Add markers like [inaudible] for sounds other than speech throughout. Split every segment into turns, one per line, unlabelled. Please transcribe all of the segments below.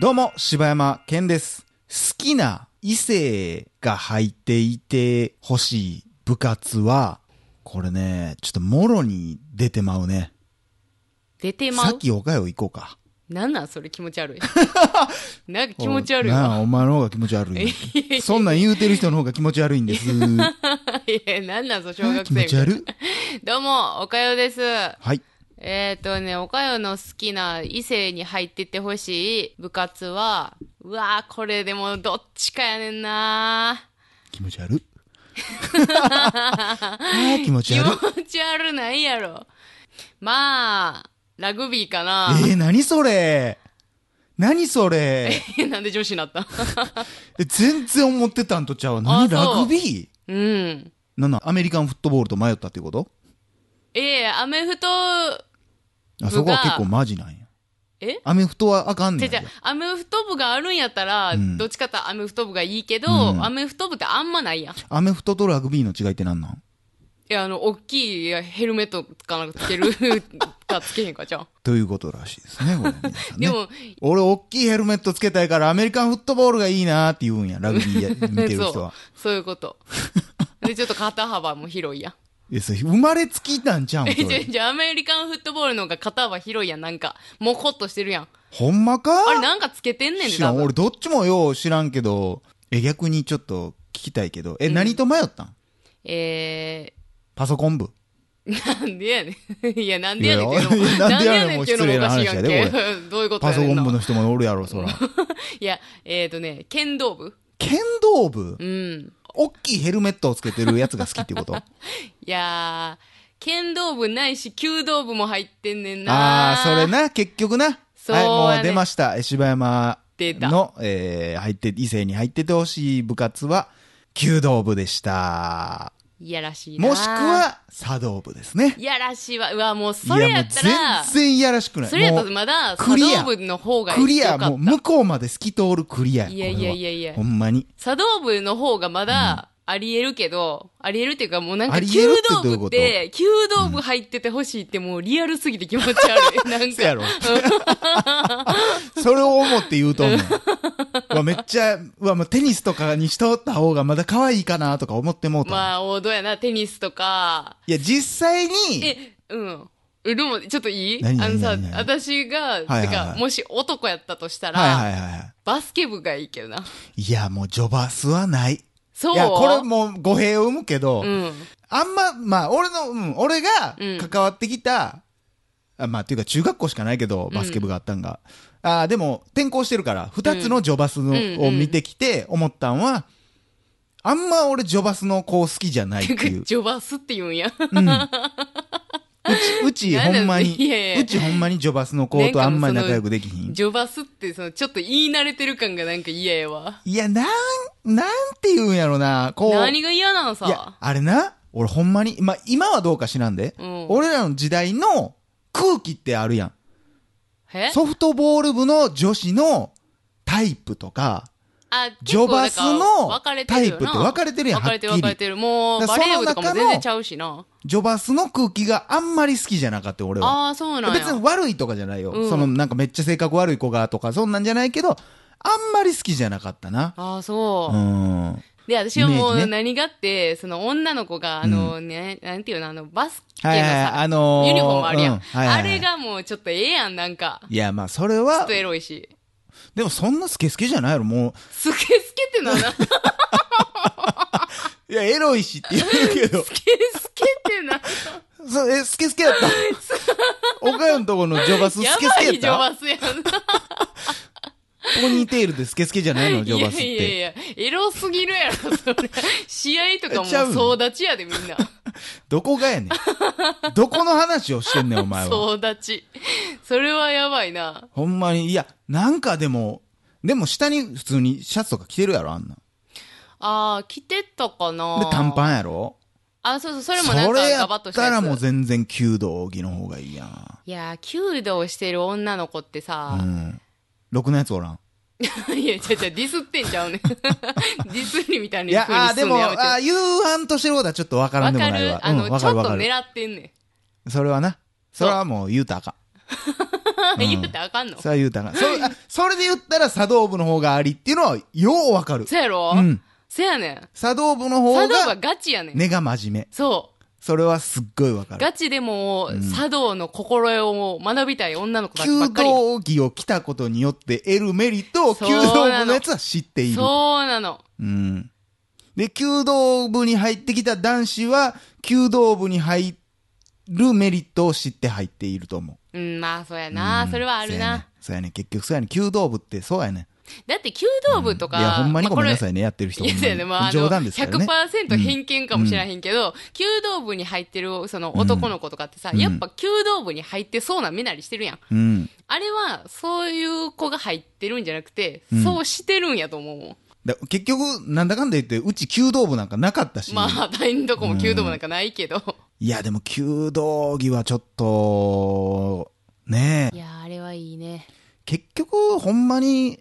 どうも、柴山健です。好きな異性が入っていてほしい部活は、これね、ちょっともろに出てまうね。
出てま
さ
う
っきおかよ行こうか。
なんなんそれ気持
[laughs]
ち悪いなんか気持ち悪い
おな
わ
あお前の方が気持ち悪い。そんなん言うてる人の方が気持ち悪いんです。
[laughs] いやなんなんそ小学
気持
生み
ち
たい
悪い。
どうもおかよです
はい。
えっ、ー、とねおかよの好きな異性に入ってってほしい部活はうわーこれでもどっちかやねんな
気持ち悪い。あー気持ち
気
悪い。
持ち悪ないやろまあラグビーかな
えー、何それ何それ
[laughs] なんで女子になった
え全然思ってたんとちゃう。何
あそう
ラグビー
うん
なんなんアメリカンフットボールと迷ったっていうこと
ええアメフト
あそこは結構マジなんや。
え
アメフトはあかん
違う
ねん
違
じゃ
うアメフト部があるんやったら、
うん
どっちかってアメフト部がいいけど、
うん
アメフト部ってあんまないやん。い
アメフトとラグビーの違いって何なん
や、あの、大きいヘルメットかなんかつ
[laughs]
けるかつけへんかじゃん。
ということらしいですね、これ皆さん
で
ね。
も、
俺、大きいヘルメットつけたいから、アメリカンフットボールがいいなーって言うんや、ラグビーや
[laughs]
見てる人
そう
は。、
そうい
[laughs]
うこと。で、ちょっと肩幅も広いやん。
いやそれ生まれつきなんちゃうん
え、
そ
じゃ [laughs]
れ。
じゃアメリカンフットボールの方が肩幅広いやん。なんか、もこっとしてるやん。
ほんまか
あれなんかつけてんねんで、
知らん。
多分。
俺、どっちもよう知らんけど、え、逆にちょっと聞きたいけど、え、何と迷ったん
え
パソコン部。
ー、なんでやねん。 [laughs] いや、なんでやねんって
いや
いう
い
のも。
や
な
なんん
で
で
や
やね
ね
ん
ん
も
っていうのもおかしいやん
失礼
け
な話。
[laughs] どういうこと
パ
や
ソ
ね
コ
ん
ン
な
部の人もおるやろ、そ
[laughs]
ら。
いや、えっ、ー、とね、剣道部。
剣道部
うん。
大きいヘルメットをつけてるやつが好きって
[laughs]
こと
いやー、剣道部ないし、弓道部も入ってんねんな。
ああ、それ。な、結局な。
そうやね
はい、もう出ました。え柴山
出た
の、えー、入って、異性に入っててほしい部活は、弓道部でした。
いやらしいな。
もしく、は、茶道部ですね。
いやらしいわ。うわ、もうそれやった
いやも
ら
う、全然いやらしくない。
それやったら
もう
まだ、
ク
茶
リア
道部の方が良か
ク
っ
リア、
た。
もう向こうまで透き通るクリア。
いやいやいやいや
これはほんまに。
茶道部の方がまだ、ありえるけど、ありえるっていうかもうなん
あ
か、
り
弓
えるって
道
どういう
部
こ
っ
と
て、弓道部入っててほしいってもうリアルすぎて気持ち悪い。なん
せや
か、
ろ。 [laughs] それを思って言うと思う。
[laughs]
うわめっちゃ、うわ、もうテニスとかにしとった方がまだ可愛いかなとか思ってもうた。
まあ王道やな、テニスとか、
いや、実際に、
え、うん。えでも、ちょっといいあ
何何
のさ
何、何
私が、て
はい
か、もし男やったとしたら、
はいはいはいは
バスケ部がいいけどな。
い。いや、もうジョバスはない。い
そうい
や、これもう語弊を生むけど、
うん。
あんま、まあ、俺の、うん、俺が
うん
関わってきた、あまあ、っていうか中学校しかないけど、バスケ部があったんが。ああ、でも、転校してるから、二つのジョバスの、
ん
を見てきて思ったんは、あんま俺ジョバスの子好きじゃないって
てか、
いう。
[laughs] ジョバスって言うんや。
うん。うち、うち
[laughs] なん
ほ
だ
んま
いやいやい
に、
や
うちほんまにジョバスの子とあんまり仲良くできひん。
ジョバスって、その、ちょっと言い慣れてる感がなんか嫌やわ。
いや、なん、なんて言うんやろな、こう。
何が嫌なの
いや
さ、。
あれな、俺ほんまに、まあ、今はどうか知らんで、
うん
俺らの時代の空気ってあるやん。
え
ソフトボール部の女子のタイプとか、
あ、
ジョバスの
タイプ
タイプって分かれてるやん
分かれてる
はっ
分
きり
かれてる。もう、
だか
バ
ら
レー部とかも
その中の
全然ちゃうしな。
ジョバスの空気があんまり好きじゃなかった、俺は。
ああ、そうなんや。
別に悪いとかじゃないよ、
うん
そのなんかめっちゃ性格悪い子がとかそんなんじゃないけどあんまり好きじゃなかったな
ああ、そう
う。ん
で、私はも
イメージ
う
ね
何がって、その女の子が、あのね、なんていうの、あの、バスケの
はいはい
さ、
あのー
ユニフォームあるやん。
うんはいはいはい
あれがもうちょっとええやん、なんか。
いやまあそれ
ちょ
は
っとエロいし。
でもそんなスケスケじゃないやろも
スケスケってのは
[laughs]
な、スケ
ういやエロいしって言うけ
[laughs]
ど
スケってな、
そえスケスケ
[laughs]
やった岡山のとこのジョバス
や
スケス
ば
ケや
い
っ
ジョ
た
バスやんな。
ポニーテールでスケスケじゃないの
い
ジョ
や
バスって
いやいや、エロすぎるやろ、それ。試合とかも
ちゃう
う
の
総立ちやで、みんな。
どこがやねんどこの話をしてんねんお前は
総立ち。それはやばいな。
ほんまにいやなんかでもでも下に普通にシャツとか着てるやろあんな
ああ、着てたかな。
で短パンやろ
あ、そうそう、それもなん
そ
か
れや
ガバッと
っ
したや
た
つ。
らもう全然弓道着の方がいいやん。
いやー、弓道してる女の子ってさ、
うん。ろくなやつおらん。
[laughs] いや、ちゃちゃ、ディスってんちゃうねん。デ [laughs] ィスりみたい
い
な
や、
風に
あー
す
で
んの
も、
やめて。
あー夕飯としてることはちょっとわから
わ
んでも
か
ないわ。
るあの、
うん、
ち
わかる
ょっと
わかる。
狙ってんねん。
それはな。それはもう言うたらあか
[laughs] 言うたらあかんの
さあ言うたら。そあそれで言ったら茶道部の方がありっていうのはようわかる。
そやろ
うん
そやねん。
茶道部の方
茶道が
が
ガチやねん。
根が真面目。
そう。
それはすっごいわかる。
ガチでもう、茶道の心得を学びたい女の子たちば
弓
っかりや。
道着を着たことによって得るメリットを
そ
弓
うなの
道部のやつは知っている。
そうなの。
うん。で、弓道部に入ってきた男子は、弓道部に入るメリットを知って入っていると思う。
うん、まあ、そうやな。それはあるな。
そうやねん。そうやねん結局そうやねん。弓道部ってそうやねん。
だって、弓道部とか、
いや、ほんまにごめんなさ
い。
いね、やってる人。
いや、
ほん
そ
ま
うや
に
ね。まあ、あ
冗
の、
談ですからね。
100%偏見かもしれへんけど、弓道部に入ってる、その、男の子とかってさ、やっぱ弓道部に入ってそうな目なりしてるやん。
うん。
あれは、そういう子が入ってるんじゃなくて、
ん
そうしてるんやと思うもん。
だ結局、なんだかんだ言って、うち弓道部なんかなかったし。
まあ、大変どこも弓道部なんかないけど。
いや、でも弓道着はちょっと、ね
[laughs] い
え。
やー、あれはいいね。
結局、ほんまに、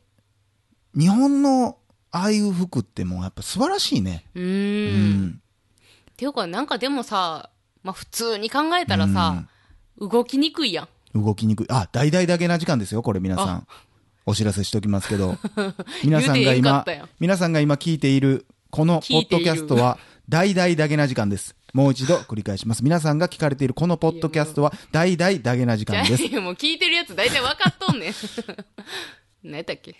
日本のああいう服ってもうやっぱ素晴らしいね。
う
う
ーん。っていうか、なんかでもさ、まあ普通に考えたらさ、動きにくいやん。
動きにくい。あ、大々だけな時間ですよ、これ皆さん。お知らせしておきますけ
[laughs]
ど。皆さんが
言うてよか
今
ったよ、
皆さんが今聞いている、このポ
聞い
ッ
てい
ド
る
キャストは、大々だけな時間です。もう一度繰り返します。皆さんが聞かれているこのポッドキャストは、大々だけな時
じゃ
間です。
あ、 [laughs] もう聞いてるやつ大体分かっとんね [laughs] ん。何やったっけ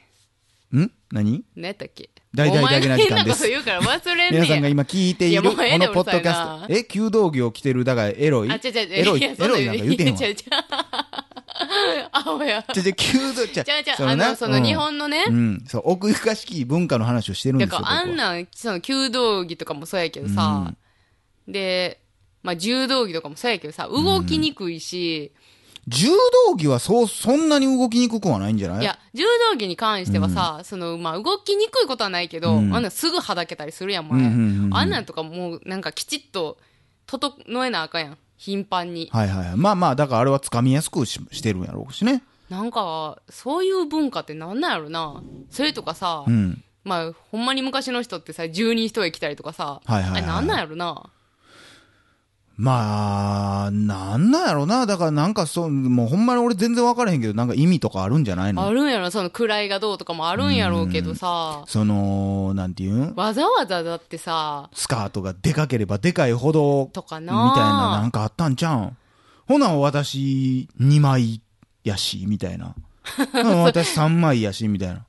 ん何
何やったっけ
大々だけな時間です
お前が変なこと言うから忘れんね
皆さんが
や。
今聞いている
いや
こ
もうええで
のポッドキ
うる
ャス
さい
ト。え、弓道着を着てる、だからエロい
あ、ちゃちゃちゃ、
エロい、
や
エ
そ
ロいなんか言うてへんわ。
[laughs] ち
ち
ゃ
ゃ
うちゃう。 [laughs] あおや。
ちゃ、弓道、ちゃ
ちゃうちゃう、あの、その日、本のね
なう、んうん、そう、奥ゆかしき文化の話をしてるんで
だ
すよ。
からあん
僕は
なん、その弓道着とかもそうやけどさ、で、まあ柔道着とかもそうやけどさ、動きにくいし、
柔道着はそう、そんなに動きにくくはないんじゃない
いや、柔道着に関してはさ、その、まあ、動きにくいことはないけど、
うん
あんなんすぐはだけたりするやん、もうね
うんうんうんうん
あんなんとかもう、なんかきちっと、整えなあかんやん。頻繁に。
はいはいはい。まあまあ、だからあれは掴みやすくししてるんやろうしね。
なんか、そういう文化ってなんなんやろな。それとかさ、
うん。
まあ、ほんまに昔の人ってさ、十人一重来たりとかさ、
はいはいはい
あれなんなんやろな。
まあ、なんなんやろな。だからなんかそう、もうほんまに俺全然分からへんけど、なんか意味とかあるんじゃない
あ
の
るんやろその位がどうとかもあるんやろうけどさ、
その、なんていうん
わざわざだってさ、
スカートがでかければでかいほど、
とか
み
な
たいななんかあったんちゃうんほな、私2枚やし、みたい
[laughs]
な。ほな私3枚やし、みたいな。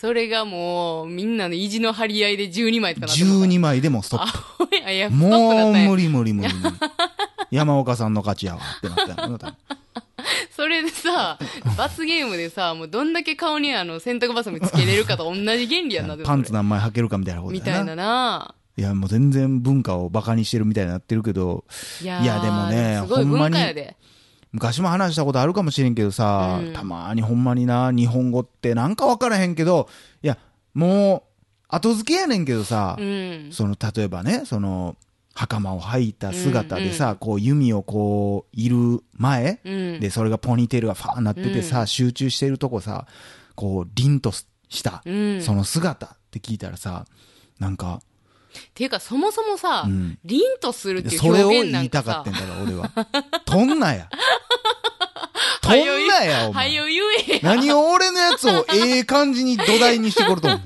それがもう、みんなの意地の張り合いで12枚とかなってるのか
12枚でもストップ
あ、いやいや、ストップだ
も
っ
う
たんや
無理無理無理無理。山岡さんの勝ちやわってなったよな
[laughs]
多分
それでさ、罰ゲームでさ、もうどんだけ顔にあの、洗濯バサミつけれるかと同じ原理やんな、でもそ
パ
れ
ンツ何枚履けるかみたいなこと
み
や
たいなな。
いや、もう全然文化をバカにしてるみたいになってるけど、
いやー
いやでもね
すごい
ほんま
文
に
化やで。
昔も話したことあるかもしれんけどさ、
うん
たまにほんまにな、日本語ってなんかわからへんけど、いや、もう、後付けやねんけどさ、
うん。
その、例えばね、その、袴を履いた姿でさ、こう弓をこう、いる前、
うん。
で、それがポニーテールがファーなっててさ、集中してるとこさ、こう、凛とした、
うん
その姿って聞いたらさ、なんか、
ていうか、そもそもさ、
うん
凛とするっていう
それを
表現な
言
ん
い
か
たか
さ
ったん、だから、俺は。とんなや。とんなや、お
[laughs] は
前。
よ言えや。
何を俺のやつをええ感じに土台にしてくる
[laughs]
と思う。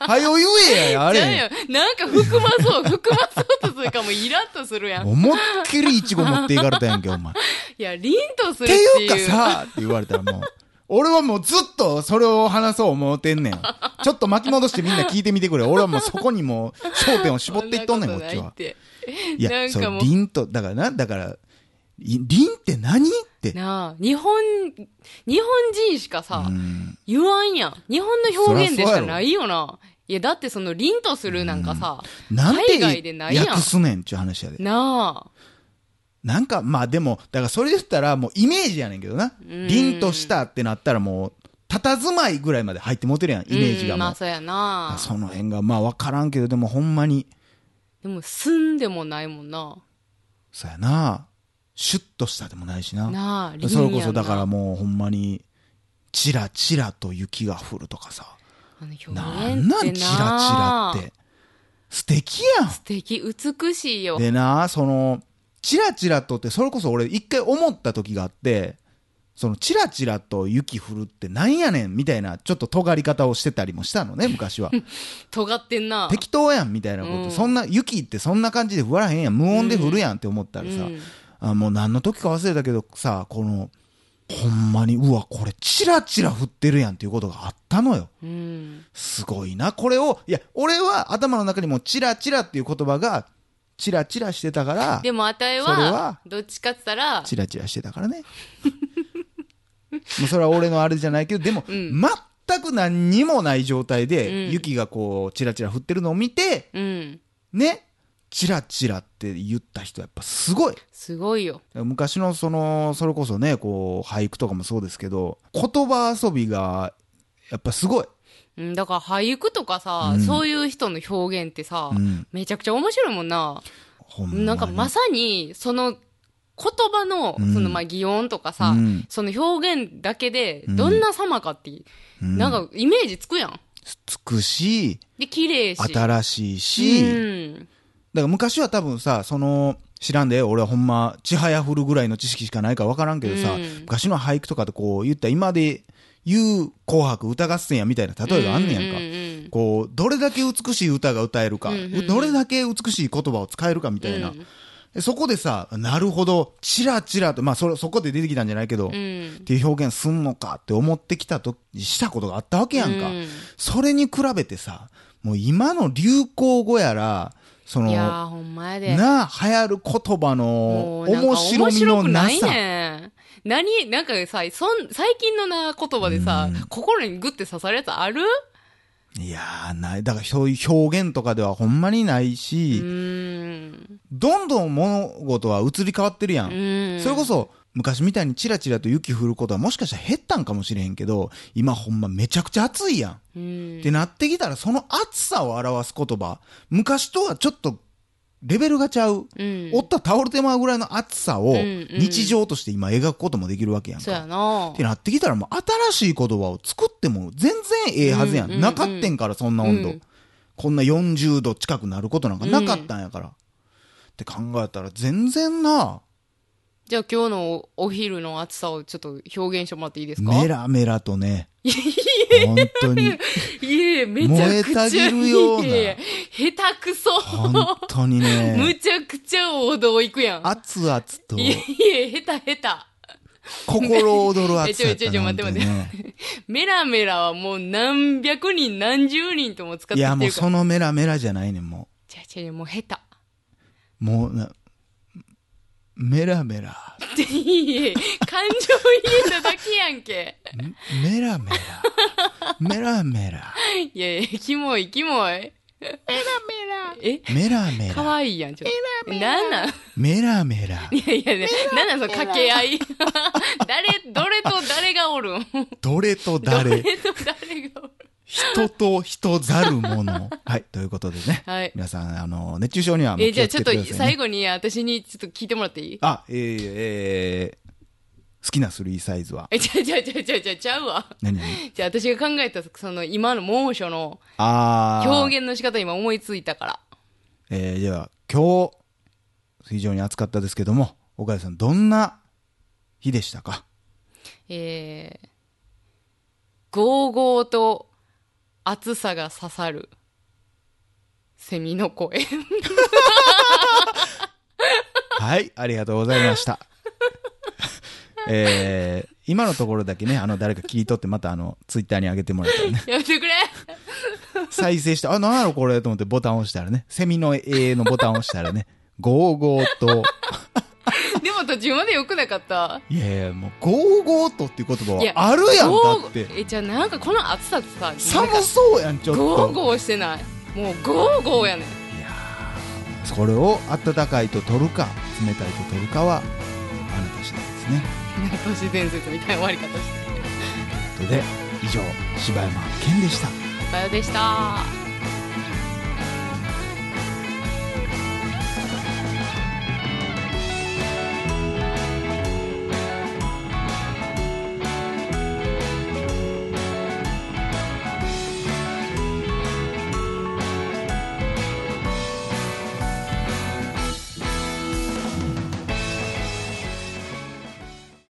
はよ言えや、あ
ちゃう
れ。
やんなんか含まそう、
[laughs]
含まそうとするかもイラッとするやん。い
思いっきりイチゴ持っていかれたやんけ、お前。
や、凛とす
っ
るってて
い
いうう。
かさ、って言われたらもう、俺はもうずっとそれを話そう思うてんねん。ちょっと巻き戻してみんな聞いてみてくれ。俺はもうそこにもう焦点を絞っていっとんねん、こっちは。い
な
や、
ん
そ
か
う
も、う
凛と、だからな、だから、い凛って何って。
なあ、日本、日本人しかさ、
うん
言わんやん。日本の表現でし
そらそ
か
うやろ
ないよな。いや、だってその、凛とするなんかさ、
なん
海外でない
て
やん
訳すねんっちゅう話やで。
なあ。
なんか、まあでも、だからそれで言ったらもうイメージやねんけどな。
ん
凛としたってなったらもう、佇まいぐらいまで入ってもうてるやん、イメージが
うん
も
まあ、
う。
そうやな。
その辺が、まあわからんけど、でもほんまに、
でも、住んでもないもんな。
そやな。シュッとしたでもないしな。
なあ、凛や
そ
ん
れ
な
こそだからもうほんまに、チラチラと雪が降るとかさ。
あの表現ってな
なんなんチラチラって。素敵やん。
素敵、美しいよ。
でな、その、チラチラとって、それこそ俺一回思った時があって、そのチラチラと雪降るってなんやねんみたいなちょっと尖り方をしてたりもしたのね昔
[laughs]
は
尖ってんな。
適当やんみたいなこと、
うん
そんな雪ってそんな感じで降らへんやん無音で降るやんって思ったらさ、
うん
あもう何の時か忘れたけどさこのほんまにうわこれチラチラ降ってるやんっていうことがあったのよ
うん。
すごいなこれをいや俺は頭の中にもチラチラっていう言葉がチラチラしてたから
でも、あたい
それ
は
は、
どっちかって言ったら、
チラチラしてたからね [laughs] もうそれは俺のあれじゃないけどでも、
ん
全く何にもない状態で、
うん
雪がこうチラチラ降ってるのを見て
うん。
ねチラチラって言った人やっぱすごい
すごいよ。
昔のそのそれこそねこう俳句とかもそうですけど言葉遊びがやっぱすごい、
うん、だから俳句とかさ、
うん
そういう人の表現ってさ、
うん、
めちゃくちゃ面白いもんな。
ほんまに
なんかまさに、その言葉の、
うん
そのまあ擬音とかさ、
うん
その表現だけで、
ん
どんな様かって、
うん
なんかイメージつくやん。
つくし
で、綺麗し。
新しいし、
うん。
だから昔は多分さ、その、知らんで、俺はほんま、ちはやふるぐらいの知識しかないから分からんけどさ、
うん
昔の俳句とかでこう言ったら今で言う紅白歌合戦やみたいな例えがあんねやんか。
ううん
こう、どれだけ美しい歌が歌えるか、
うんうんうん
どれだけ美しい言葉を使えるかみたいな。でそこでさ、なるほど、チラチラと、まあそれ、そこで出てきたんじゃないけど、
うんう
っ
ん。
ていう表現すんのかって思ってきたと、したことがあったわけやんか。
うん
それに比べてさ、もう今の流行語やら、その、
いやー、ほんまやで。
なあ、流行る言葉の
もうなんか
面白みのな
面白
さ。
くいね何、なんかさ、そん、最近のな言葉でさ、心にグッて刺さるやつある
いやー、ない。だからそういう表現とかではほんまにないうし、
ーん。
どんどん物事は移り変わってるや。
うんん。
それこそ、昔みたいにチラチラと雪降ることはもしかしたら減ったんかもしれへんけど、今ほんまめちゃくちゃ暑いやん。
うん
ってなってきたら、その暑さを表す言葉、昔とはちょっとレベルがちゃう。
うん。
折った倒れてまうぐらいの暑さを
うんうん
日常として今描くこともできるわけやんか。
そうやな
ってなってきたらもう新しい言葉を作っても全然ええはずやん。
うんうんうん
なかってんからそんな温度、
うん
こんな40度近くなることなんかなかったんやから。って考えたら全然な、
じゃあ今日のお昼の暑さをちょっと表現してもらっていいですか
メラメラとね、本当に、
いやいや、めちゃ
燃
くちゃ
えたぎるようない
やいや下手くそ。
本当に
む [laughs]
ね、
ちゃくちゃ王道行くやん。
熱々と
いやいや、下手下
心躍る熱さやった
えちょいちょいちょい
な
待って待って
本当にね
手。メラメラはもう何百人何十人とも使
い
ってきてる
や
か
もう
ら。
そのメラメラじゃないねんも
ちゃちゃもう下手。
う。もうな、メラメラ、
いやいや感情入れただけやんけ。
メラメラ、メラメラ、
いやいや、キモい、キモい。メラメラ。え
メラメ
か
ラ、
わいいやん、ちょっと。なんなん
メラメ
[laughs]
ラ。
いやいやね、なんなんその掛け合い。 [laughs] 誰、どれと誰がおるん
どれと
どれ
誰、
と誰がおる
人と人ざるも
[laughs]
の。はい、ということでね。
はい
皆さん、あの、熱中症にはもう
え、じ
気
ゃあ
を
ち
つ
ょ
け
っと
てください、ね。
最後に私にちょっと聞いてもらっていい
あ、えー、えー、好きなスリーサイズは
え、ちゃうちゃうちゃうちゃうちゃうちゃうわ。
何何
じゃあ私が考えた、その今の猛暑の
あー。
表現の仕方今思いついたから。
えー、では、今日、非常に暑かったですけども、岡田さん、どんな日でした
[laughs]
か
えー、ゴーゴーと暑さが刺さるセミの声。 [laughs]
はい、ありがとうございま
[laughs]
した。えー、今のところだけね、あの、誰か切り取って、またあの、ツイッターに上げてもらったらね。
やめてくれ
再生した、あ、なんやろこれと思ってボタン押したらね、セミの A のボタン押したらね、 [laughs] ゴーゴーと、
でも途中までよくなかった。
いやいや、もう、ゴーゴーとっていう言葉
いや
はあるやん、
ゴー
だって。
え、じゃあなんかこの暑さってさ、
寒そうやん、ちょっと。
ゴーゴーしてない。もうゴーゴーやねん。
い
[laughs]
やーこれを暖かいと取るか、冷たいと取るかは、あなた次第ですね。
なんか都市伝説みたいな終わり方して。
ということで、以上、柴山健でした。
おかよでした。